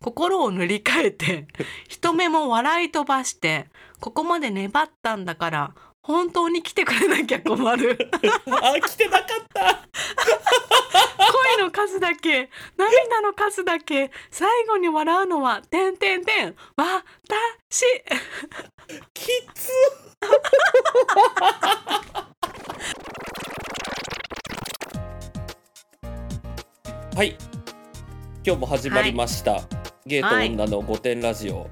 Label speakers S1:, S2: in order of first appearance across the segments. S1: 心を塗り替え て人目も笑い飛ばしてここまで粘ったんだから本当に来てくれなきゃ困 る
S2: あ来てなかった
S1: 恋の数だけ涙の数だけ最後に笑うのは「てんてんてん私」
S2: きつはい今日も始まりました、ゲート女の御殿ラジオ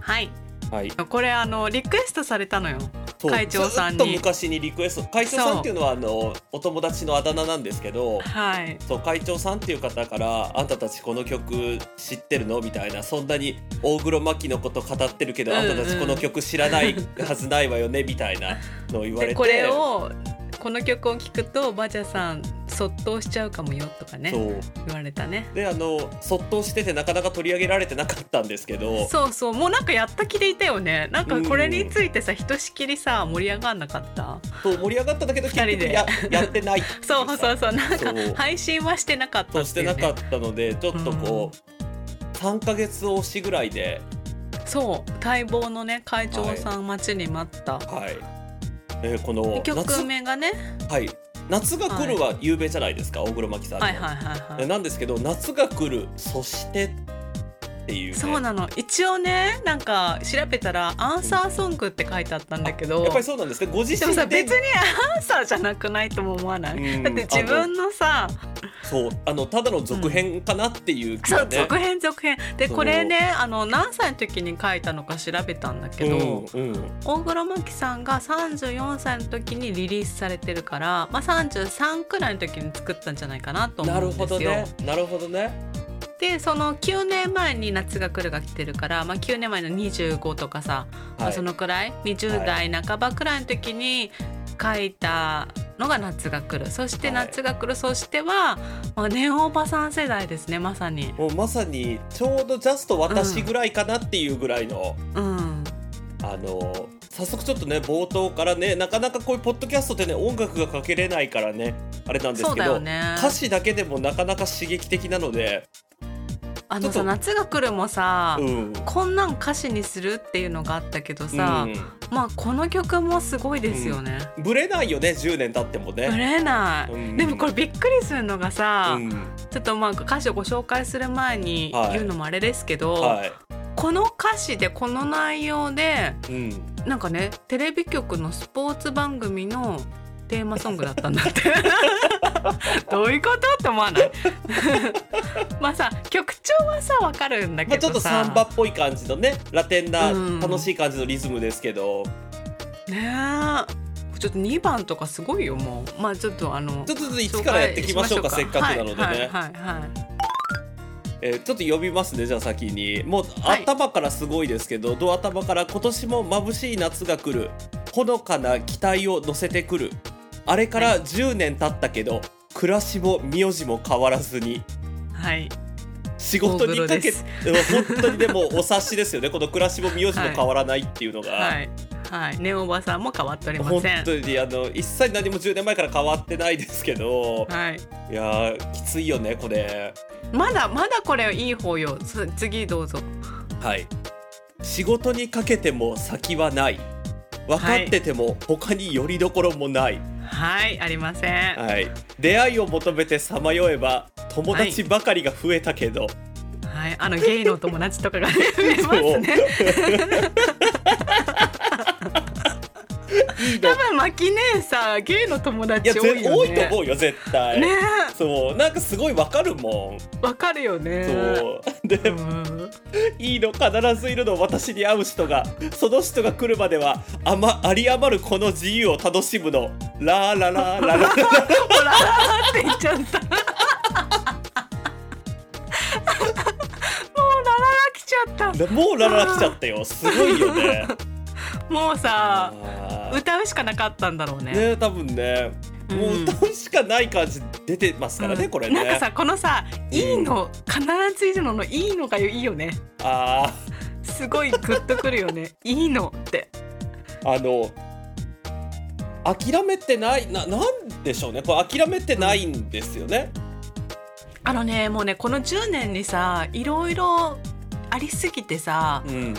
S1: はい
S2: はい、
S1: これあのリクエストされたのよ
S2: そう
S1: 会長さんに
S2: ずっと昔にリクエスト会長さんっていうのはあのお友達のあだ名なんですけど
S1: はい
S2: そう会長さんっていう方から「あんたたちこの曲知ってるの?」みたいなそんなに大黒摩季のこと語ってるけど、
S1: うんうん
S2: あんたたちこの曲知らないはずないわよねみたいなのを言われ
S1: で
S2: て
S1: これをこの曲を聴くとバジャさんそっとしちゃうかもよとかね
S2: そう
S1: 言われたね
S2: であのそっとしててなかなか取り上げられてなかったんですけど
S1: そうそうもうなんかやった気でいたよねなんかこれについてさひとしきりさ盛り上がんなかった
S2: そう盛り上がったんだけど結
S1: 二人
S2: 局
S1: で
S2: ややってない ってい
S1: そうそうそううそうなん
S2: そ
S1: か
S2: う
S1: 配信はしてなかった
S2: そう
S1: っ
S2: して
S1: い
S2: て
S1: うね
S2: なかったのでちょっとこう、3ヶ月押しぐらいで
S1: そう待望のね会長さん待ちに待った、
S2: はい、えーこの
S1: で曲名がね
S2: 夏,、はい、夏が来るは有名じゃないですか、大黒摩季さんの。
S1: はいはいはい
S2: え
S1: は
S2: なんですけど夏が来るそしてっていう、ね、
S1: いそうなの一応ねなんか調べたらアンサーソングって書いてあったんだけど
S2: やっぱりそうなんですねご
S1: で
S2: 自身
S1: も
S2: で
S1: さ別にアンサーじゃなくないとも思わない、
S2: うん
S1: だって自分のさ
S2: そうあのただの続編かなっていう気
S1: そ
S2: が
S1: う
S2: ね、
S1: 続編続編で
S2: そう
S1: これねあの何歳の時に書いたのか調べたんだけど、
S2: うんうん
S1: 大黒摩季さんが34歳の時にリリースされてるから、まあ、33くらいの時に作ったんじゃないかなと思
S2: な
S1: う
S2: る
S1: ん
S2: ほ
S1: ですよ。
S2: どねなるほどね
S1: でその9年前に「夏が来る」が来てるから、まあ、9年前の25とかさ、まあ
S2: はい
S1: そのくらい20代半ばくらいの時に書いたのが「夏が来る」そして「
S2: はい
S1: 夏が来る」そしては、まあ、ネオおばさん世代ですねまさに。
S2: もうまさにちょうどジャスト私ぐらいかなっていうぐらいの、
S1: うん
S2: あの早速ちょっとね冒頭からねなかなかこういうポッドキャストってね音楽がかけれないからねあれなんです
S1: そう
S2: け
S1: だ
S2: ど、
S1: よね
S2: 歌詞だけでもなかなか刺激的なので、
S1: あの
S2: ちょ
S1: さ「
S2: っと
S1: 夏が来る」もさ、
S2: うん、
S1: こんなん歌詞にするっていうのがあったけどさ、
S2: うん
S1: まあこの曲もすごいですよね。
S2: ぶれないよね10年経っても
S1: ぶ、
S2: ね。
S1: れない、
S2: うん
S1: でもこれびっくりするのがさ、
S2: うん
S1: ちょっとまあ歌詞をご紹介する前に
S2: はい
S1: 言うのもあれですけど、
S2: は
S1: この歌詞でこの内容で
S2: い、うん、
S1: なんかねテレビ局のスポーツ番組のテーマソングだったんだ ってどういうことって思わない まあさ曲調はさわかるんだ
S2: ま
S1: け
S2: あちょっ
S1: ど
S2: と
S1: さ、
S2: サンバっぽい感じのねラテンな
S1: うん
S2: 楽しい感じのリズムですけど、
S1: ねえちょっと2番とかすごいよもうまあちょっとあの
S2: ちょっとずつ一からやっていきましょうかせっかくなのでね、
S1: はいはいはいはい
S2: えーちょっと呼びますねじゃあ先にもう
S1: はい
S2: 頭からすごいですけど、ど頭から今年も眩しい夏が来るほのかな期待を乗せてくるあれから10年経ったけど、暮らしも名字も変わらずに
S1: はい
S2: 仕事に
S1: 大黒
S2: か
S1: で
S2: け
S1: す
S2: うん本当にでもお察しですよねこの暮らしも名字も変わらないっていうのが、
S1: はいはいねおばさんも変わっておりま
S2: 本
S1: せん
S2: 当にあの一切何も10年前から変わってないですけど
S1: はい
S2: いやーきついよねこれ
S1: まだまだこれいい方よつ次どうぞ
S2: はい仕事にかけても先はない分かってても他によりどころもない、
S1: はいありません
S2: はい出会いを求めてさまよえば友達ばかりが増えたけど、
S1: はいあのゲイの友達とかがね増 えますね
S2: いいの
S1: 多分マキ姉さゲイの友
S2: いや
S1: 達
S2: ぜ
S1: 多いよ
S2: 多いと
S1: ね
S2: 思うよ絶対、
S1: ね
S2: そうなんかすごいわかるもん、
S1: わかるよね
S2: そうで
S1: うん
S2: いいの必ずいるの私に会う人がその人が来るまではあま有り余るこの自由を楽しむのラーラララ
S1: ほ
S2: ララ
S1: らーって言っちゃった。もうララが来ちゃっ
S2: もうラララ来ちゃったよすごいよね
S1: た。もうさ、
S2: あー
S1: 歌うしかなかったんだろうね。
S2: ね多分ねもう歌うしかない感じ出てますからね、
S1: うん
S2: これ
S1: なんか
S2: ね
S1: さこのさ「
S2: うん
S1: いいの」必ずいるのの「いいの」がいいよね
S2: あ
S1: すごいグッとくるよね「いいの」って
S2: ーあの諦めてないななんでしょうねこれ諦めてないんですよね、
S1: あのねもうねこの10年にさいろいろありすぎてさ
S2: うん、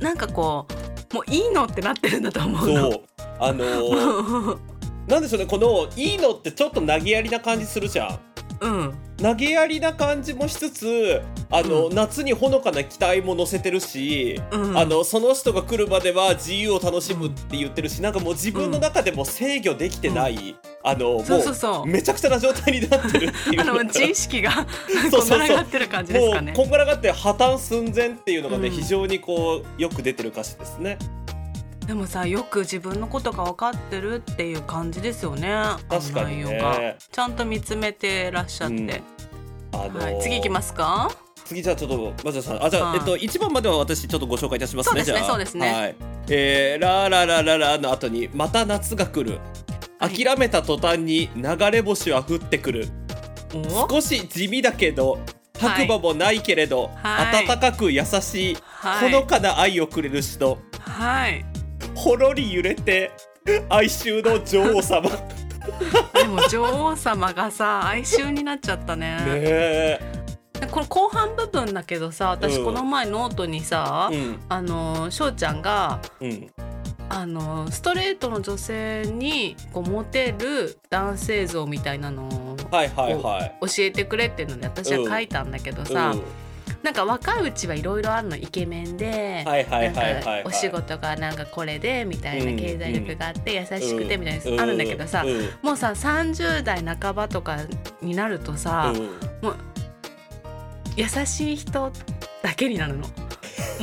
S1: なんかこうもういいのってなってるんだと思う
S2: そ
S1: の
S2: うあのー、なんでしょうねこの「いいの」ってちょっと投げやりな感じするじゃん。
S1: うん
S2: 投げやりな感じもしつつあの、
S1: うん
S2: 夏にほのかな期待も乗せてるし、
S1: うん
S2: あのその人が来るまでは自由を楽しむって言ってるしなんかもう自分の中でも制御できてない、あのもう
S1: そうそうそう
S2: めちゃくちゃな状態になってるっていう
S1: あの
S2: なんか
S1: 自意識が
S2: そうそう
S1: こんがらがってる感じです
S2: も
S1: か
S2: う
S1: ね
S2: こんがらがって破綻寸前っていうのがね、
S1: うん
S2: 非常にこうよく出てる歌詞ですね。
S1: でもさよく自分のことが分かってるっていう感じですよね
S2: 確かに
S1: あの内容が
S2: ね。
S1: ちゃんと見つめてらっしゃって、
S2: うんあの。
S1: はい、次行きますすか
S2: 次じゃあちょっとまずはさんあじゃあ、
S1: はい
S2: えっと一番までは私ちょっとご紹介いたしますね。
S1: そうですね
S2: じゃあ
S1: そうですね
S2: はい。えー、ラーララララの後にまた夏が来る。
S1: はい
S2: 諦めた途端に流れ星は降ってくる。
S1: お
S2: 少し地味だけど白馬もないけれど、
S1: はい
S2: 温かく優しい、
S1: は
S2: ほの
S1: い
S2: かな愛をくれる人。
S1: はい
S2: ほろり揺れて哀愁の女 王様。
S1: でも女王様がさ哀愁になっちゃったね
S2: ねえ。
S1: でこの後半部分だけどさ私
S2: うん
S1: この前ノートにさ、
S2: うん
S1: あの翔ちゃんが
S2: うん
S1: あのストレートの女性にこうモテる男性像みたいなのを
S2: はいはいはい。
S1: 教えてくれっていうので私は書いたんだけどさ、
S2: うん
S1: なんか若いうちはいろいろあるのイケメンで、
S2: はいはいはいはい
S1: な
S2: は
S1: ん
S2: い。
S1: かお仕事がなんかこれでみたいな、
S2: うん
S1: 経済力があって優しくてみたいな、
S2: う
S1: あるんだけどさ、
S2: うん
S1: もうさ30代半ばとかになるとさ、
S2: うん
S1: 優しい人だけになるの。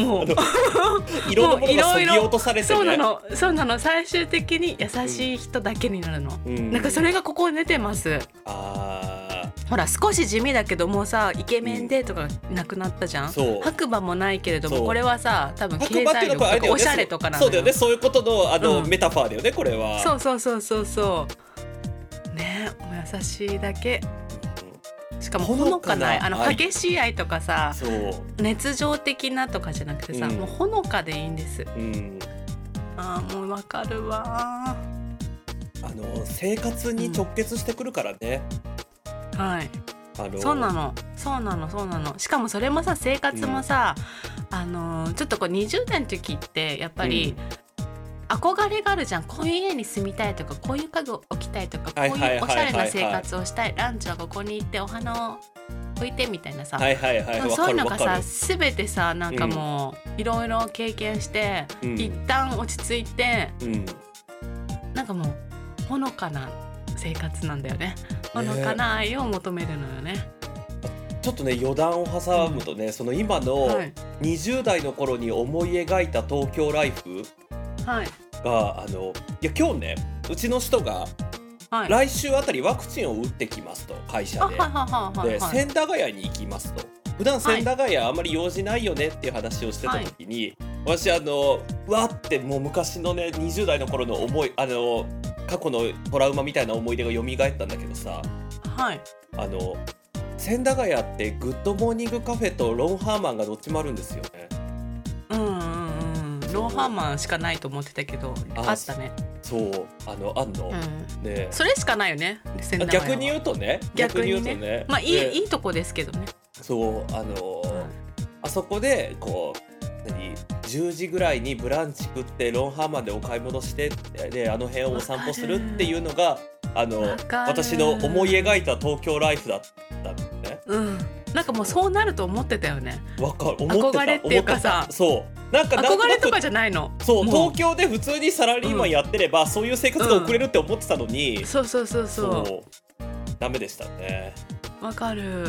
S1: も
S2: あ
S1: う
S2: のいろんなものがそぎ落とされてね。
S1: そうなの そうなの最終的に優しい人だけになるの。
S2: うん。
S1: なんかそれがここに出てます
S2: あ
S1: ほら少し地味だけどもうさイケメンでとかなくなったじゃ
S2: あ、
S1: ん、
S2: そう。
S1: 白馬もないけれど
S2: そ
S1: も
S2: う
S1: これはさ多分
S2: 白
S1: 経
S2: 馬って
S1: 済
S2: い
S1: 力
S2: うのはこ
S1: とか
S2: れあれだよ
S1: お
S2: ね
S1: しゃれとかなの
S2: そうだよね。そういうことのあの
S1: うん
S2: メタファーだよねこれは。
S1: そうそうそうそうそうねもう優しいだけしかも
S2: ほ
S1: ほ
S2: の
S1: の
S2: か
S1: か
S2: な
S1: ないあの
S2: 愛
S1: 激しい愛とかさ
S2: うん。そ
S1: 熱情的なとかじゃなくてさ、
S2: うん
S1: もうほのかでいいんです
S2: う。うん。
S1: あーもうわかるわ
S2: あの生活に直結してくるからね。
S1: ーはい
S2: あの。
S1: そうなのそうなのそうなのしかもそれもさ生活もさ、あのーちょっとこう20代の時ってやっぱり、憧れがあるじゃんこういう家に住みたいとかこういう家具を置きたいとかこ
S2: は
S1: う
S2: いはいはいいう
S1: お
S2: はい
S1: しゃれ
S2: はい
S1: な生活をしたいランチはここに行ってお花を置いてみたいなさ、
S2: はいはいはい。
S1: でも
S2: わ
S1: そう
S2: か
S1: いう
S2: る
S1: の
S2: わ
S1: が
S2: か
S1: さ
S2: る。
S1: 全てさなんかもういろいろ経験して、
S2: うん
S1: 一旦落ち着いて
S2: うん。
S1: なんかもうほのかな生活なんだよねほのかな愛を求めるのよね。
S2: ちょっとね余談を挟むとね、その今の
S1: はい、
S2: 20代の頃に思い描いた東京ライフ
S1: はい、
S2: があのいや今日ねうちの人が
S1: はい
S2: 来週あたりワクチンを打ってきますと会社
S1: あ
S2: で
S1: はいはいはいはい
S2: で
S1: はい
S2: 千駄ヶ谷に行きますと普段千駄ヶ谷あんまり用事ないよねっていう話をしてた時に、私あのわーってもう昔のね20代の頃の思いあの過去のトラウマみたいな思い出が蘇ったんだけどさ
S1: はい
S2: あの千駄ヶ谷ってグッドモーニングカフェとロンハーマンがどっちもあるんですよね。
S1: うんうんうんローハーマンしかないと思ってたけど
S2: あ
S1: あったね、
S2: そうあのあんの、
S1: うん、
S2: ね
S1: それしかないよね仙台は
S2: 逆に言うとね
S1: 逆にね
S2: 言うとね
S1: まあいい,、
S2: ね
S1: いいとこですけどね、
S2: そうあのーあそこでこう何10時ぐらいにブランチ食ってロンハーマンでお買い物してであの辺をお散歩するっていうのがあの
S1: わかる
S2: 私の思い描いた東京ライフだったのね
S1: うん、なんかもうそうなると思ってたよね
S2: わかる思ってた
S1: 憧れっていうかさ
S2: 思ってたそうなんかなん
S1: 憧れと
S2: な
S1: か
S2: く
S1: じゃないの
S2: そう
S1: も
S2: 東京で普通にサラリーマンやってれば、そういう生活が送れるって思ってたのに、
S1: そうそうそうそう
S2: ダメでしたね
S1: うわかる、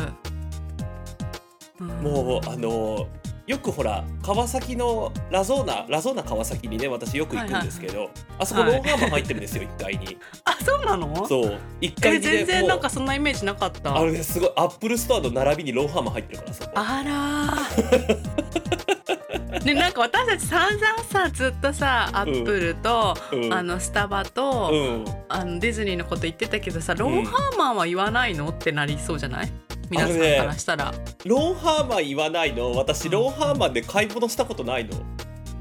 S1: うん
S2: もうあのよくほら川崎のラゾーナラゾーナ川崎にね私よく行くんですけど、あそこロンハーマン入ってるんですよ、一1階に
S1: あそうなの
S2: そう1階
S1: え
S2: に、ね、
S1: 全然
S2: もう
S1: なんかそんなイメージなかった
S2: あのねすごいアップルストアの並びにロンハーマン入ってるからそこ
S1: あらー ねなんか私たち散々さずっとさアップルと、
S2: うん
S1: あのスタバと、
S2: うん
S1: あのディズニーのこと言ってたけどさロンハーマンは言わないのってなりそうじゃない皆さんからしたら、
S2: ロンハーマン言わないの私
S1: うん
S2: ロンハーマンで買い物したことないの、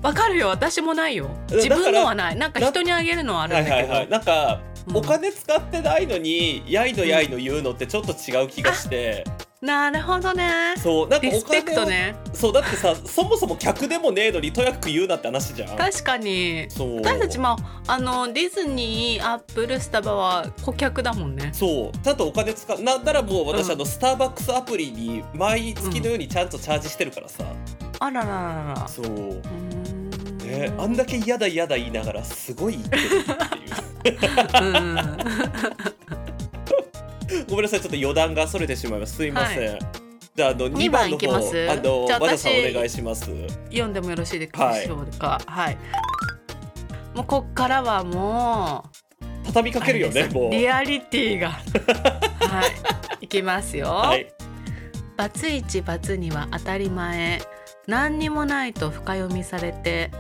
S1: わかるよ私もないよ
S2: だ
S1: 自分のはないなんか人にあげるのはある
S2: は
S1: ん
S2: い
S1: だ
S2: は
S1: け
S2: い
S1: ど、
S2: はいなんか、
S1: うん
S2: お金使ってないのにやいのやいの言うのってちょっと違う気がして、
S1: なるほどね
S2: そうなんか
S1: リ
S2: お
S1: スペク
S2: 金
S1: ト
S2: を、
S1: ね
S2: そうだってさそもそも客でもねえのにとやく言うなって話じゃん
S1: 確かに
S2: そう
S1: 私たちまああのディズニーアップルスタバは顧客だもんね
S2: そうちゃんとお金使うなんならもう私、
S1: うん
S2: あのスターバックスアプリに毎月のようにちゃんとチャージしてるからさ、
S1: あらららら
S2: そう
S1: うーん
S2: ねあんだけ嫌だ嫌だ言いながらすごい言ってるって
S1: うん
S2: いうごめんなさいちょっと余談がそれてしまいますすいません、じゃああの
S1: 二
S2: 2
S1: 番
S2: 番
S1: い
S2: の
S1: き
S2: 方
S1: ます
S2: あの
S1: じゃあ
S2: 和田さんお
S1: 私
S2: 願いします
S1: 読んでもよろしいでしょうかはい、もうこっからはもう
S2: 畳みかけるよ
S1: あ
S2: ね
S1: れです
S2: もう
S1: リアリティがはいいきますよ、
S2: はい
S1: バツイチバツには当たり前何にもないと深読みされて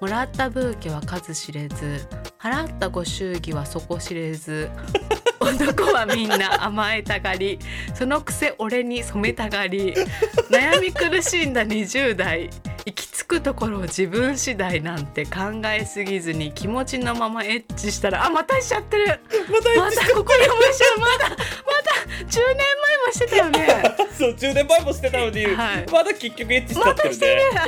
S1: もらったブーケは数知れず払ったご祝儀は底知れ ず男はみんな甘えたがりそのくせ俺に染めたがり悩み苦しんだ20代行き着くところを自分次第なんて考えすぎずに気持ちのままエッチしたらあまたしちゃってる
S2: また
S1: またここでもしちゃうまだまた10年前もしてたよね
S2: そう10年前もしてたのに、
S1: はい
S2: まだ結局エッチしちゃって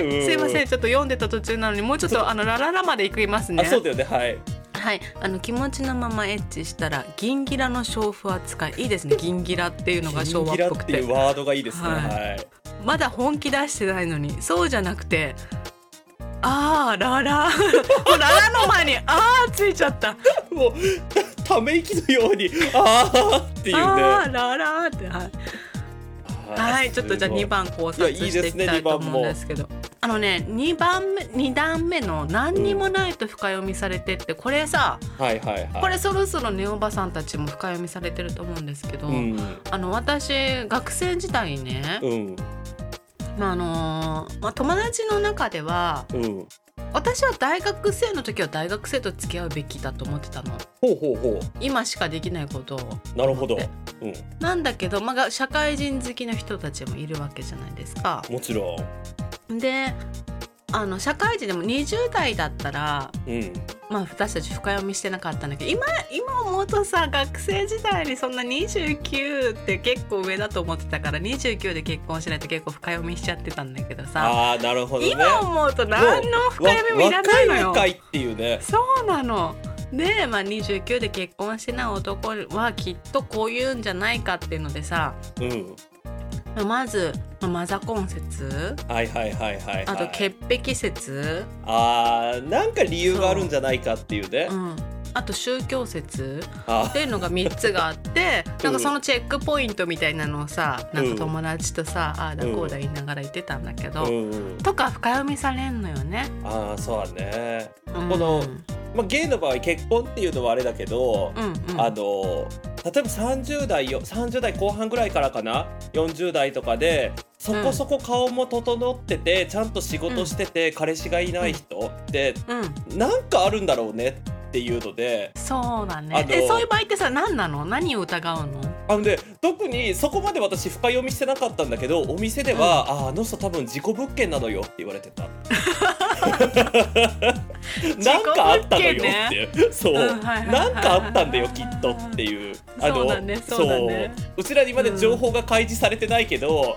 S2: るね、う
S1: すいませんちょっと読んでた途中なのにもうちょっとあのラララまで行きますね
S2: あそうだよねはい
S1: はいあの気持ちのままエッチしたら銀ギラの娼婦扱いいいですね銀ギラっていうのが昭和っぽく
S2: キンキラってい
S1: て
S2: うワードがいいですね
S1: はい
S2: はい
S1: まだ本気出してないのにそうじゃなくてあーラ ラもうララの前にあーついちゃったっ
S2: もうため息のようにああって
S1: て
S2: いうね
S1: あーララってはいはい、ちょっとじゃあ2番考察
S2: いやいい
S1: して
S2: で
S1: い
S2: す
S1: き
S2: ね
S1: たいと
S2: 二
S1: 思
S2: 番
S1: う
S2: も
S1: んですけどあのね2番目2段目の「何にもないと深読みされて」ってこれさ
S2: はいはいはい
S1: これそろそろねおばさんたちも深読みされてると思うんですけど、
S2: うん
S1: あの私学生時代ね、
S2: うん
S1: まああのまあ、友達の中では
S2: うん
S1: 私は大学生の時は大学生と付き合うべきだと思ってたの
S2: ほうほうほ
S1: 今しかできないことを
S2: うなるほど
S1: 待
S2: うん
S1: なんだけど、まあが、社会人好きの人たちもいるわけじゃないですか。
S2: もちろん
S1: であの社会人でも20代だったら、
S2: うん
S1: まあ、私たち深読みしてなかったんだけど今今思うとさ学生時代にそんな29って結構上だと思ってたから29で結婚しないと結構深読みしちゃってたんだけどさ、
S2: ああなるほどね
S1: 今思うと何の深読みもいらないの
S2: わ
S1: よ。
S2: 若い若いっていうね
S1: そうなので、まあ、29で結婚してない男はきっとこういうんじゃないかっていうのでさ
S2: うん
S1: まあまず、まあマザコン説
S2: はいはいはいはいはい
S1: あと潔癖説、
S2: あーなんか理由があるんじゃないかっていうね
S1: うん、あと宗教説っ
S2: あ
S1: ていうのが3つがあって
S2: うん
S1: な んかそのチェックポイントみたいなのをさなんか友達とさ、ああだこうだ言いながら言ってたんだけど、
S2: うんうん
S1: とか深読みされんのよね。
S2: ああそうだね
S1: うん
S2: この
S1: うん
S2: まあゲイの場合結婚っていうのはあれだけど
S1: うん
S2: あの例えば30代よ30代後半ぐらいからかな40代とかでそこそこ顔も整ってて、ちゃんと仕事してて、彼氏がいない人って
S1: うん
S2: なんかあるんだろうねっていうので
S1: そうだ
S2: あ
S1: ね
S2: の
S1: えそういう場合ってさ何なの何を疑 うの
S2: あので特にそこまで私深読みしてなかったんだけどお店では「ああの人多分事故物件なのよ」って言われ てた。なんかあったのよって、そう、
S1: うんはいはいはい
S2: なんかあったんだよきっとっていう
S1: そうだねそうだね
S2: そううちらにまで情報が開示されてないけど、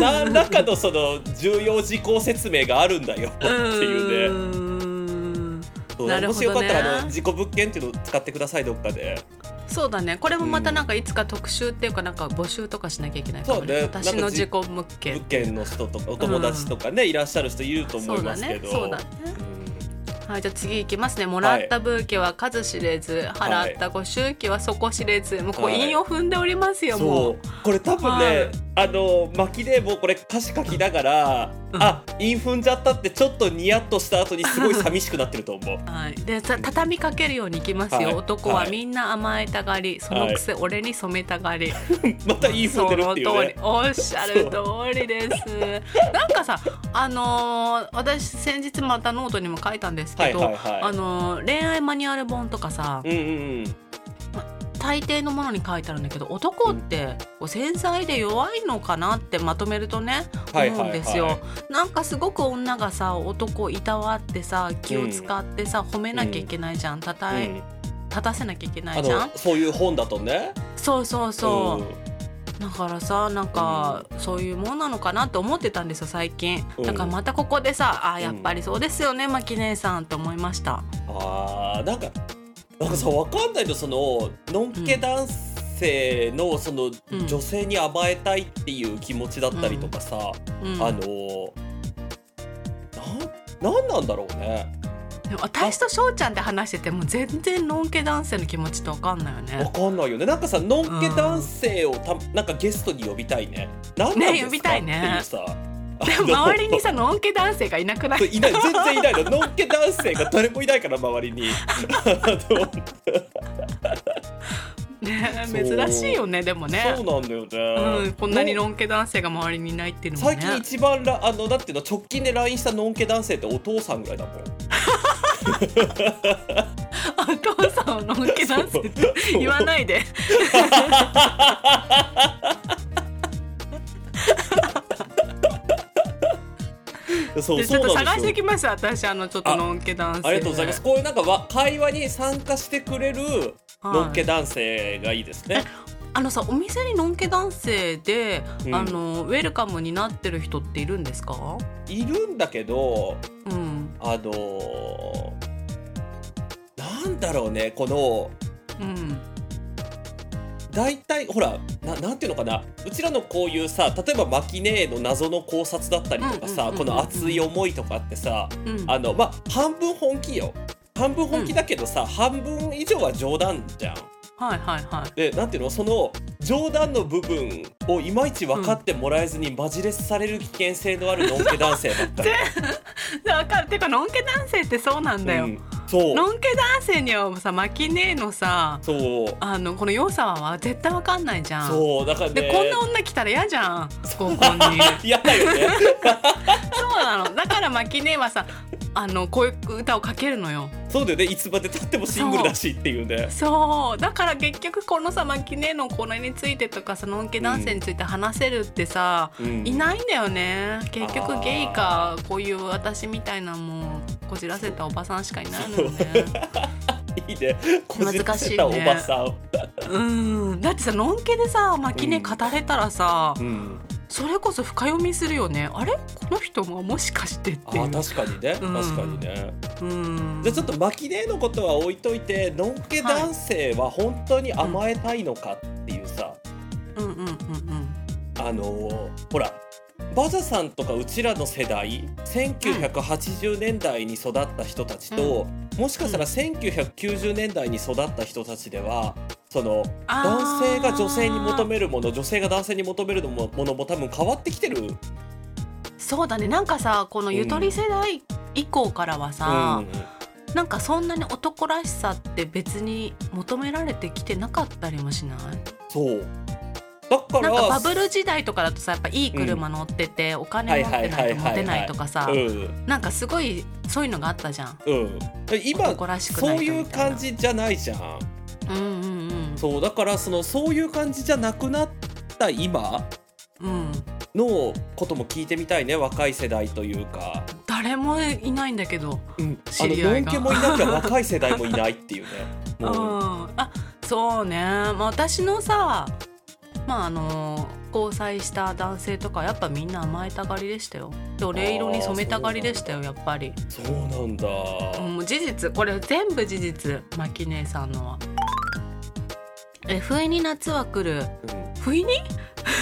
S2: 何らかのその重要事項説明があるんだよっていうね
S1: うね
S2: そう
S1: なるほど
S2: もし
S1: ね
S2: よかったらあの事故物件っていうのを使ってくださいどっかで
S1: そうだねこれもまたなんかいつか特集っていうかなんか募集とかしなきゃいけないかも
S2: そうね
S1: 私の自己物件
S2: 物件の人とかお友達とかね、いらっしゃる人いると思いますけど
S1: そうだねそうだね
S2: うん
S1: はい、じゃあ次いきますね。もらったブーケは数知れず、
S2: はい
S1: 払ったご祝儀は底知れず、もうこう
S2: はい
S1: 韻を踏んでおりますよ、も
S2: そう
S1: う。
S2: これ多分ね、
S1: はい
S2: あの巻きでもうこれ歌詞書きながら、
S1: うん
S2: あインフンじゃったってちょっとニヤッとした後にすごい寂しくなってると思う
S1: はい、でさ畳みかけるようにいきますよ、
S2: はい
S1: 男はみんな甘えたがり、そのくせ俺に染めたがり、
S2: またインフ
S1: そ
S2: ン
S1: の通
S2: 出るっ
S1: り
S2: ていうね
S1: おっしゃる通りですなんかさあのー私先日またノートにも書いたんです
S2: は
S1: け
S2: い
S1: ど、
S2: はいはい
S1: あのー恋愛マニュアル本とかさ
S2: うんうんうん
S1: 大抵のものに書いてあるんだけど男ってこう繊細で弱いのかなってまとめるとね
S2: はいは
S1: 思
S2: いは
S1: う
S2: い
S1: んですよ、なんかすごく女がさ男をいたわってさ気を使ってさ、褒めなきゃいけないじゃんたたえ、
S2: うん
S1: 立たせなきゃいけな
S2: あ
S1: いじゃん
S2: のそういう本だとね
S1: そうそうそう、だからさなんかそういうもんなのかなって思ってたんですよ最近
S2: うん
S1: だからまたここでさあー
S2: うん
S1: やっぱりそうですよねマキ姉さんと思いました
S2: あーなんかなんかさわかんないのそののんけ男性のその
S1: うん
S2: 女性に甘えたいっていう気持ちだったりとかさ、
S1: うん
S2: あのーなんなんなんだろうね
S1: でも私と翔ちゃんって話してても全然のんけ男性の気持ちってわかんないよ
S2: わ
S1: ね
S2: かんないよねなんかさのんけ男性をたなんかゲストに呼びたいねなんなんで
S1: ね
S2: すか
S1: 呼びたいね
S2: っていうさ
S1: でも周りにさのんけ男性がいなくない
S2: いない全然いないののんけ男性が誰もいないから周 りにあの
S1: ね
S2: そう
S1: 珍しいよねでもね
S2: そうなんだよね、
S1: うん、こんなにのんけ男性が周りにいないっていうのも
S2: 最
S1: ね
S2: 近一番らあのだっていうの直近で LINE したのんけ男性ってお父さんぐらいだもん
S1: お父さんをのんけ男性って 言わないで
S2: そう
S1: でち
S2: そ
S1: ょ
S2: う
S1: っと
S2: なん
S1: 探し
S2: です
S1: て
S2: よ
S1: きました私あのちょっとのんけ男性
S2: ありがとうございますこういうなんかわ会話に参加してくれる
S1: はい
S2: のんけ男性がいいですね、
S1: あのさお店にのんけ男性で、
S2: うん
S1: あのウェルカムになってる人っているんですか？
S2: い、るんだけど
S1: うん
S2: あのーなんだろうねこの
S1: うん
S2: 大体ほらななんていうのかなうちらのこういうさ例えばマキネーの謎の考察だったりとかさ、
S1: うんうんうんうん
S2: この熱い思いとかってさ
S1: うん。
S2: あのまあ半分本気よ半分本気だけどさ、半分以上は冗談じゃん。
S1: はいはいはい。
S2: でなんていうのその冗談の部分をいまいち分かってもらえずにマジレスされる危険性のあるのんけ男性だったり、
S1: でわかる。てかのんけ男性ってそうなんだよ。
S2: うんそう
S1: のんけ男性にはさマキネーのさ
S2: そう
S1: あのこの良さは絶対わかんないじゃん。
S2: そうだからね
S1: でこんな女来たら嫌じゃん合コン に
S2: 嫌だよね
S1: そうなのだからマキネーはさあのこういう歌をかけるのよ
S2: そうだよねいつまでたってもシングルだしっていうね
S1: そうだから結局このさマキネーのこれについてとかさのんけ男性について話せるってさ、
S2: うん
S1: いないんだよね結
S2: あ
S1: 局
S2: ー
S1: ゲイかこういう私みたいなもうこじらせたおばさんしかいないのよね
S2: いいねこじらせた
S1: 難
S2: お
S1: しいね
S2: ばさん、
S1: うんだってさのんけでさマキネ語れたらさ、
S2: うん、
S1: それこそ深読みするよねあれこの人ももしかしてってい
S2: あ
S1: う
S2: 確かにね
S1: うん
S2: 確かにね、
S1: うん
S2: じゃあちょっとマキネのことは置いといてのんけ男性は本当に甘えたいのかっていうさ、
S1: うんうんうんうん
S2: あのーほらバザさんとかうちらの世代1980年代に育った人たちと、もしかしたら1990年代に育った人たちではその
S1: あー
S2: 男性が女性に求めるもの女性が男性に求めるものも多分変わってきてる。
S1: そうだねなんかさこのゆとり世代以降からはさ、なんかそんなに男らしさって別に求められてきてなかったりもしない
S2: そうだか
S1: な
S2: ら
S1: んかバブル時代とかだとさやっぱいい車乗ってて、お金持ってないとモテないとかさ
S2: うん
S1: なんかすごいそういうのがあったじゃん
S2: うん、今
S1: 男らしく
S2: そ
S1: ないうとみたい
S2: い
S1: な
S2: う感じじゃないじゃん。
S1: うんうんうん
S2: そうだからそのそういう感じじゃなくなった今
S1: うん
S2: のことも聞いてみたいね若い世代というか、
S1: 誰もいないんだけど
S2: うん、あ
S1: 知
S2: の
S1: り合
S2: の
S1: い
S2: ん
S1: が
S2: けもいなきゃ 若い世代もいないっていうね。
S1: うん
S2: もう
S1: あそうね、まあ、私のさまああの交際した男性とかやっぱみんな甘えたがりでしたよで俺色に染めたがりでしたよやっぱり
S2: そうなんだ、
S1: もう事実これ全部事実マキ姉さんのは。え不意に夏は来る不意に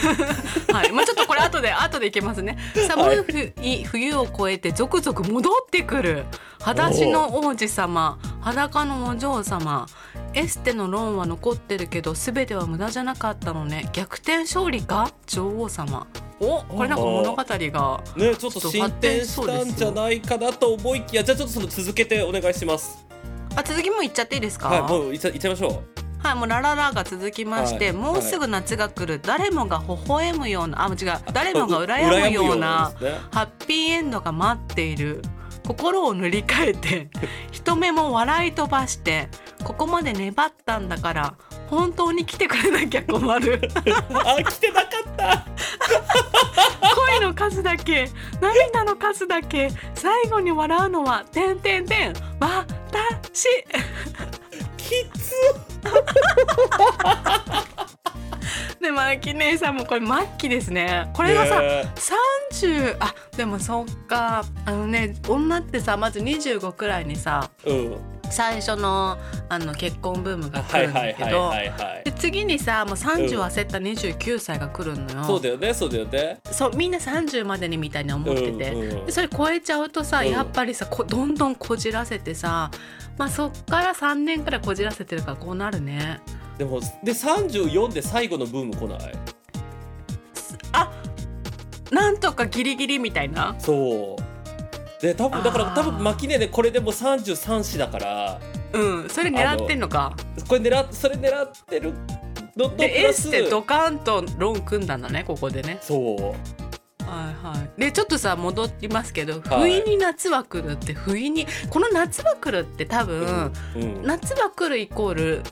S1: はい、まあ、ちょっとこれ後で後でいけますね寒いふい冬を越えて続々戻ってくる裸足の王子様裸のお嬢様エステのローンは残ってるけど全ては無駄じゃなかったのね逆転勝利か女王様おこれなんか物語が
S2: うん、ねちょっと進展したんじゃないかなと思いきやじゃあちょっとその続けてお願いします。
S1: あ続きも言っちゃっていいですか
S2: はいもういっちゃいっちゃいましょ
S1: はい、もうラララが続きまして、
S2: はい
S1: もうすぐ夏が来る、誰もが微笑むような、あ、違う、誰もが羨むような
S2: う。羨むようですね
S1: ハッピーエンドが待っている。心を塗り替え て、人目も笑い飛ばして、ここまで粘ったんだから。本当に来てくれなきゃ困る
S2: あ来てなかった。
S1: 恋の数だけ涙の数だけ最後に笑うのは「てんてんてん私」
S2: きつ。
S1: でマキ姉さんもこれ末期ですねこれがさ、
S2: ね
S1: 30あでもそっかあのね女ってさまず25くらいにさ
S2: えうん
S1: 最初のあの結婚ブームが
S2: は
S1: 来
S2: い
S1: るん
S2: は
S1: だ
S2: い
S1: け
S2: はい
S1: ど
S2: はいはい
S1: で次にさもう30を焦った29歳が来るのよ、
S2: そうだよねそうだよね
S1: そうみんな30までにみたいに思ってて、
S2: うんうん
S1: でそれ超えちゃうとさ、
S2: うん
S1: やっぱりさこどんどんこじらせてさまあそっから3年くらいこじらせてるからこうなるね
S2: でもで34で最後のブーム来ない
S1: あなんとかギリギリみたいな
S2: そうで多分だから
S1: あー
S2: 多分牧根でこれでもう33子だから
S1: うんそれ狙ってんのか
S2: これ狙っそれ狙ってるのとプ
S1: でエー
S2: ラ
S1: ス
S2: ス
S1: でドカンとローン組んだんだねここでね
S2: そう
S1: はいはいでちょっとさ戻りますけど不
S2: はい
S1: 意に夏は来るって不意にこの夏は来るって多分、
S2: うん
S1: 夏は来るイコール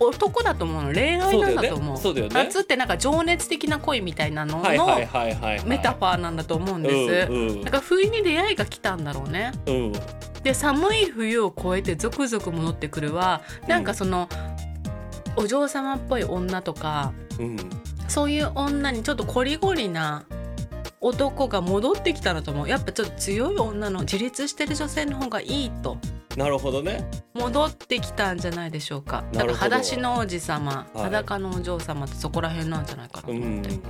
S1: 男だと思うの恋愛なんだと思う
S2: そうだよねそうだよね
S1: 夏ってなんか情熱的な恋みたいなのの
S2: はいはいはいはいはい
S1: メタファーなんだと思うんです、
S2: うんうん
S1: だから不意に出会いが来たんだろうね
S2: うん
S1: で寒い冬を越えてゾクゾク戻ってくるはなんかその、お嬢様っぽい女とか
S2: うん
S1: そういう女にちょっとこりごりな男が戻ってきたなと思うやっぱちょっと強い女の自立してる女性の方がいいと
S2: なるほどね
S1: 戻ってきたんじゃないでしょうか。だ
S2: な
S1: から
S2: るほど
S1: 裸足の王子様、
S2: はい
S1: 裸のお嬢様ってそこら辺なんじゃないかなと
S2: う
S1: 思
S2: ん
S1: って。うん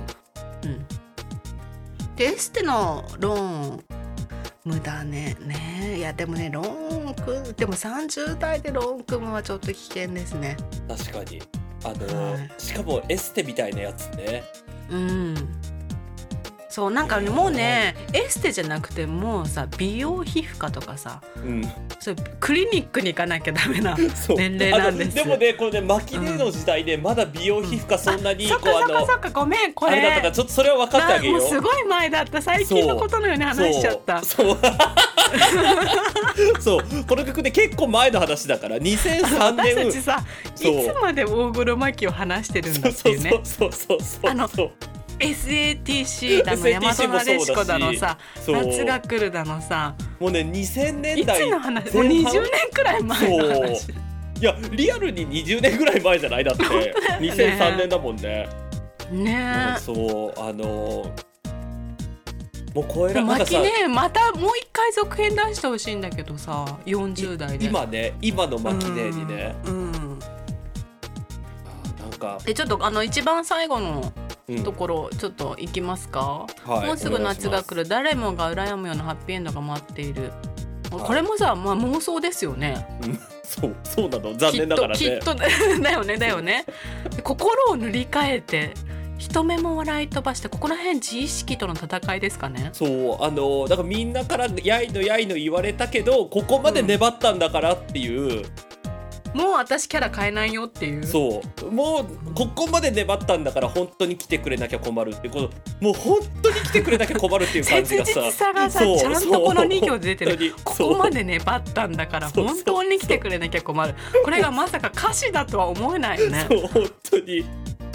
S1: でエステのローン無駄ねねえいやでもねローン組んでも30代でローン組むはちょっと危険ですね。
S2: 確かにあの、
S1: はい
S2: しかもエステみたいなやつね
S1: うんそうなんかねもうねエステじゃなくてもうさ美容皮膚科とかさ
S2: うん
S1: そういうクリニックに行かなきゃダメな
S2: そう
S1: 年齢なんです
S2: あのでもねこれね牧根の時代で、まだ美容皮膚科そんなに
S1: そ
S2: こ
S1: っ
S2: う
S1: かそ
S2: あ
S1: っか
S2: の
S1: そっかごめんこ
S2: あ
S1: れ
S2: れだったからちょっとそれは分かってあげよう
S1: もうすごい前だった最近のことのように話しちゃった
S2: そうそう そうこの曲で結構前の話だから2003
S1: 私た
S2: 年
S1: ちさい
S2: そう
S1: つまで大黒摩季を話してるんだって
S2: そう
S1: いうね
S2: そうそうそう
S1: あの
S2: そう
S1: SATC だの
S2: SATC
S1: 大
S2: もそう
S1: 和
S2: だ
S1: な
S2: し
S1: でしこだのさ
S2: そう
S1: 夏が来るだのさ
S2: もうね2000
S1: い
S2: 年
S1: つ
S2: 代
S1: の話もう
S2: 前
S1: 20
S2: 半
S1: 年くらい前の話
S2: そういやリアルに20年ぐらい前じゃないだって2003年だもんね
S1: ね
S2: そうあのーもう超え
S1: え
S2: らなんか
S1: 巻
S2: さ
S1: ねまたもう一回続編出してほしいんだけどさ40代で
S2: 今ね今のマキネにね
S1: うん
S2: あなんか、
S1: でちょっとあの一番最後の
S2: うん
S1: ところちょっと行きますか、
S2: はい
S1: もうすぐ夏が来る誰もが羨むようなハッピーエンドが待っている、
S2: はい
S1: これもさ、まあ、妄想ですよね
S2: うんそうそうなの残念ながらね
S1: きっときっとだよね だよね心を塗り替えて人目も笑い飛ばしてここら辺自意識との戦いですかね
S2: そうあのだからみんなから「やいのやいの」言われたけどここまで粘ったんだからっていう、
S1: もう私キャラ変えないよっていう
S2: そうもうここまで粘ったんだから本当に来てくれなきゃ困るってこのもう本当に来てくれなきゃ困るっていう感じ
S1: 切
S2: がさ
S1: 実さがさ
S2: そう
S1: ちゃんとこの2行で出て
S2: 本
S1: る
S2: 当に
S1: こ
S2: そう
S1: こまで粘ったんだから
S2: そうそう
S1: 本当に来てくれなきゃ困るこれがまさか歌詞だとは思えないよね
S2: そう本 当に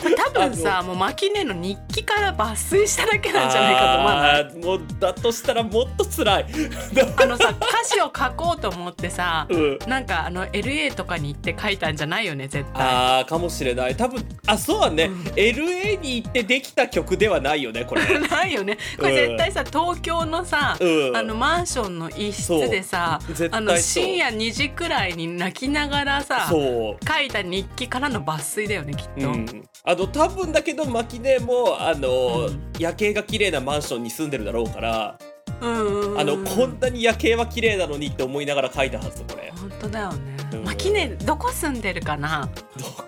S1: 多分さもうマキネの日記から抜粋しただけなんじゃないかと思わない
S2: あーもうだとしたらもっと辛い、
S1: あのさ歌詞を書こうと思ってさ
S2: うん、
S1: なんかあの LA とかに行って書いたんじゃないよね絶対
S2: あーかもしれない多分あそうはね、
S1: うん
S2: LA に行ってできた曲ではないよねこれ
S1: ないよねこれ絶対さ東京のさ
S2: うん
S1: あのマンションの一室でさ
S2: 絶対
S1: あの深夜2時くらいに泣きながらさ
S2: そう
S1: 書いた日記からの抜粋だよねきっ
S2: う
S1: と。
S2: ん、あの多分だけど牧根もあの、
S1: うん
S2: 夜景が綺麗なマンションに住んでるだろうから、
S1: うん
S2: あのこんなに夜景は綺麗なのにって思いながら書いたはずこれ
S1: 本当だよね
S2: うん。
S1: マキネどこ住んでるかな。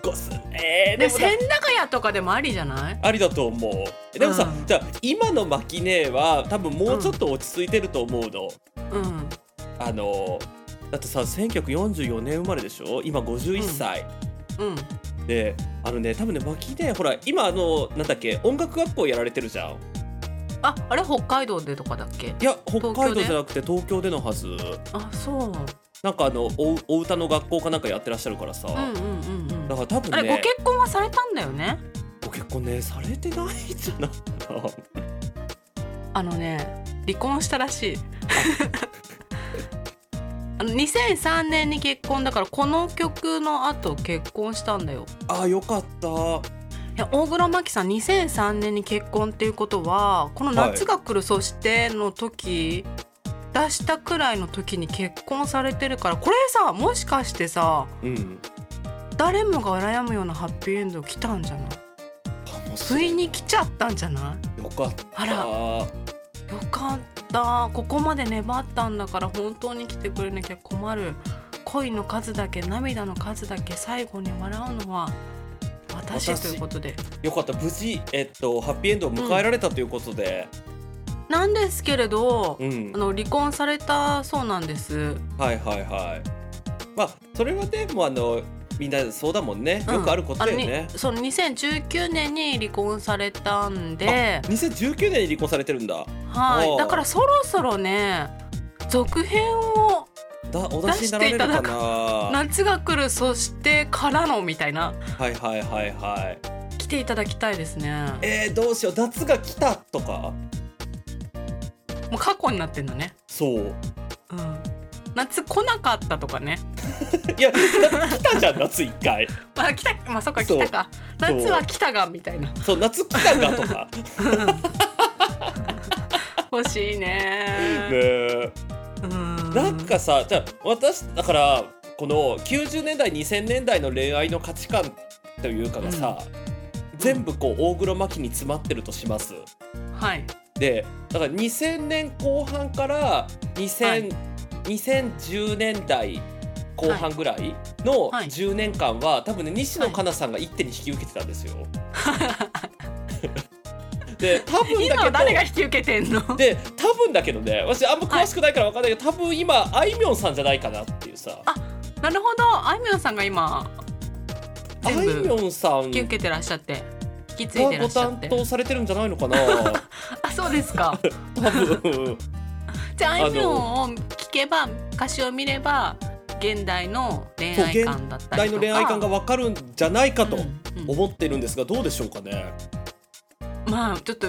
S2: どこすえー、
S1: で
S2: でもな
S1: 千駄ヶ谷とかでもありじゃない？
S2: ありだと思うでもさ、
S1: うん
S2: じゃあ今の牧根は多分もうちょっと落ち着いてると思うの、
S1: うん。
S2: あのだってさ1944年生まれでしょ今51歳、
S1: うん。
S2: であのね多分ね牧根ほら今あのなんだっけ音楽学校やられてるじゃん
S1: あ、あれ北海道でとかだっけ？
S2: いや北海
S1: 東京
S2: 道
S1: で
S2: じゃなくて東京でのはず
S1: あ、そう。
S2: なんかあのおお歌の学校かなんかやってらっしゃるからさ、
S1: うんうんうんうん
S2: だ。から多分
S1: あれ、
S2: ね
S1: ご結婚はされたんだよね。
S2: ご結婚ねされてないんじゃないかな
S1: あのね、離婚したらしい。 あの2003年に結婚だからこの曲の後結婚したんだよ
S2: あよかった
S1: いや大黒摩季さん2003年に結婚っていうことはこの「夏が来る」そしての時出したくらいの時に結婚されてるからこれさもしかしてさ
S2: うん
S1: 誰もが羨むようなハッピーエンド来たんじゃない
S2: かもし
S1: つ
S2: れ
S1: い
S2: ん
S1: に来ちゃったんじゃな
S2: よかった
S1: あらいよかったここまで粘ったんだから本当に来てくれなきゃ困る恋の数だけ涙の数だけ最後に笑うのは私
S2: 私
S1: ということで
S2: よかった無事、えっと、ハッピーエンドを迎えられたということで、
S1: なんですけれど、
S2: うん
S1: あの離婚されたそうなんです。
S2: はいはいはいまあそれはでもあのみんなそうだもんね、
S1: うん
S2: よくあることだよね
S1: あのにその2019年に離婚されたんで、
S2: 2019年に離婚されてるんだ
S1: は
S2: お
S1: い。
S2: う
S1: だからそろそろね、続編を
S2: だお出しになられ
S1: 出してい
S2: るかな
S1: ただか夏が来るそしてからのみたいな
S2: はいはいはいはい
S1: 来ていただきたいですね。
S2: えー、どうしよう夏が来たとか
S1: もう過去になってんだね。
S2: そう
S1: うん。夏来なかったとかね。
S2: いやだ来たじゃん夏一回
S1: まあ来たまあそっか
S2: そう
S1: 来たか。
S2: そう
S1: 夏は来たがみたいな。
S2: そう夏来たかと か
S1: 欲しいね
S2: ねえ
S1: うん。
S2: なんかさじゃあ私だからこの90年代2000年代の恋愛の価値観というかがさ、全部こう大黒摩季に詰まってるとします。
S1: はい。
S2: でだから2000年後半から2000、
S1: はい
S2: 2010年代後半ぐらいの
S1: はい
S2: 10年間は、多分ね西野カナさんが一手に引き受けてた んですよ。で多分だ
S1: 今は
S2: けど
S1: 誰が引き受けてんの？
S2: で多分だけどね私あんま詳しくないから分かんないけど、多分今あいみょんさんじゃないかなっていうさ
S1: あなるほど、あいみょんさんが今
S2: あい
S1: 全
S2: み
S1: 部
S2: ょんさん
S1: 引き受
S2: が
S1: けてらっしゃって、引き継いでら
S2: ご
S1: っしゃっ
S2: 担
S1: て。
S2: 当されてるんじゃないのかな
S1: あ、そうですか。
S2: 多分
S1: じゃあ
S2: あ
S1: あ
S2: の
S1: いみょんを聞けば、歌詞を見れば現代の恋愛観だった
S2: 大
S1: りとか。
S2: の恋愛観が分かるんじゃないかと
S1: うんうん
S2: 思ってるんですがどうでしょうかね
S1: まあちょっと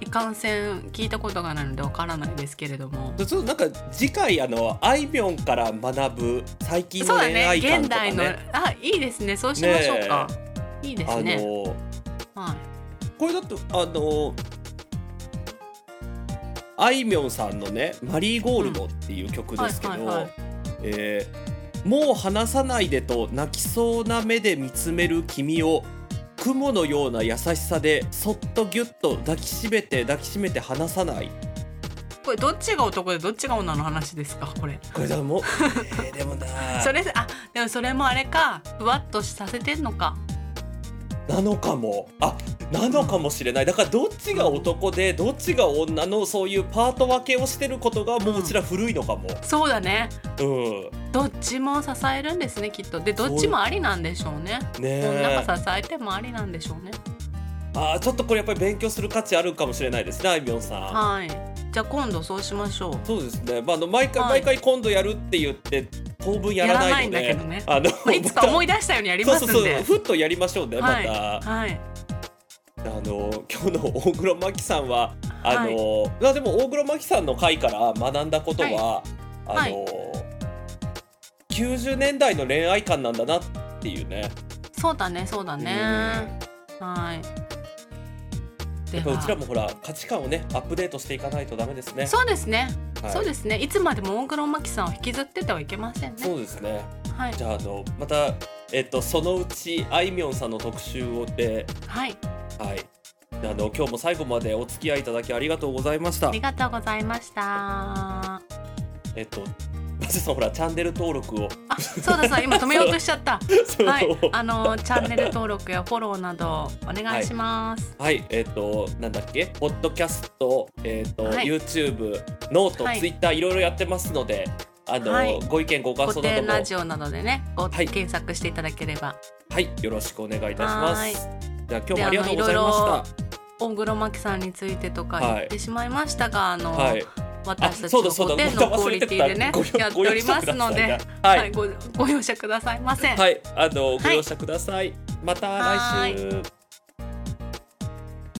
S1: いかんせん聞いたことがないのでわからないですけれども。
S2: じゃあちょっとなんか次回あのあいみょんから学ぶ最近
S1: そう
S2: の
S1: だ
S2: 恋
S1: ね、
S2: 愛観
S1: 現
S2: とかね
S1: 代のあいいですね、そうしましょうか。いいで
S2: あ
S1: す
S2: の
S1: ね。はい。
S2: これだとあのあいみょんさんのね「マリーゴールド」っていう曲ですけど、
S1: うんはいはいはい
S2: えーもう離さないでと泣きそうな目で見つめる君を雲のような優しさでそっとぎゅっと抱きしめて抱きしめて離さない
S1: これどっちが男でどっちが女の話ですかこれ。
S2: これ でもえーでもな
S1: それあでもそれもあれかふわっとさせてんのか
S2: なのかもあなのかもしれないだからどっちが男でどっちが女のそういうパート分けをしてることがもううちら古いのかも、
S1: そうだね
S2: うん、
S1: どっちも支えるんですねきっとでどっちもありなんでしょうね
S2: ね
S1: 女
S2: え
S1: が支えてもありなんでしょうね
S2: あーちょっとこれやっぱり勉強する価値あるかもしれないですねあいみょんさん。
S1: はいじゃあ今度そうしま しょう
S2: そうですね、まあ、あの毎回、
S1: はい
S2: 毎回今度やるって言って当分やらないので
S1: やらないんだけ
S2: あの
S1: まあいつか思い出したようにやりますんで
S2: そうそうそうふっとやりましょうねまた、
S1: はいはい
S2: あの今日の大黒摩季さんはあの、まあでも大黒摩季さんの回から学んだことは、
S1: はい
S2: あの、90年代の恋愛観なんだなっていうね
S1: そうだねそうだねはい
S2: や
S1: で
S2: っぱうちら
S1: は
S2: もほら価値観をねアップデートしていかないとダメですね。
S1: そうですね、
S2: はい
S1: そうですねいつまでも大黒摩季さんを引きずっててはいけませんね
S2: そうですね
S1: はい
S2: じゃああのまた、えっと、そのうちあいみょんさんの特集をで、
S1: はい
S2: はい、あの今日も最後までお付き合いいただきありがとうございまし
S1: あ
S2: た
S1: り。がとうございま した
S2: えっとマジさんほらチャンネル登録を、
S1: あ、そうだそうだ、今止めようとしちゃった。
S2: そう
S1: はい、 あのチャンネル登録やフォローなどお願いします。
S2: はい、えっ、と、なんだっけ、ポッドキャスト、えっ、と、
S1: はい
S2: YouTube、ノート、
S1: はい
S2: Twitter、いろいろやってますので、あの、
S1: はい
S2: ご意見、ご感
S1: 固
S2: 想など
S1: 定
S2: も、
S1: ラジオなどでね、ご、
S2: はい
S1: 検索していただければ。
S2: はい、よろしくお願いいたします。じゃあ、今
S1: で
S2: 日も
S1: あ
S2: あ
S1: の
S2: りがとうございまし
S1: 大黒摩季さんについてとか
S2: はい
S1: 言ってしまいましたが、あ
S2: た。
S1: の、
S2: はい。
S1: 私たち
S2: そ
S1: の
S2: うだそうだ
S1: 固定
S2: ま
S1: の
S2: た
S1: クオ
S2: 忘れ
S1: リ
S2: て
S1: テ
S2: た
S1: ィでね
S2: ご容、
S1: やっておりますの
S2: ご容赦
S1: で
S2: くだ、さい
S1: はい、ごご容赦くださいませ。
S2: はい、あの、ご容赦ください。また来週。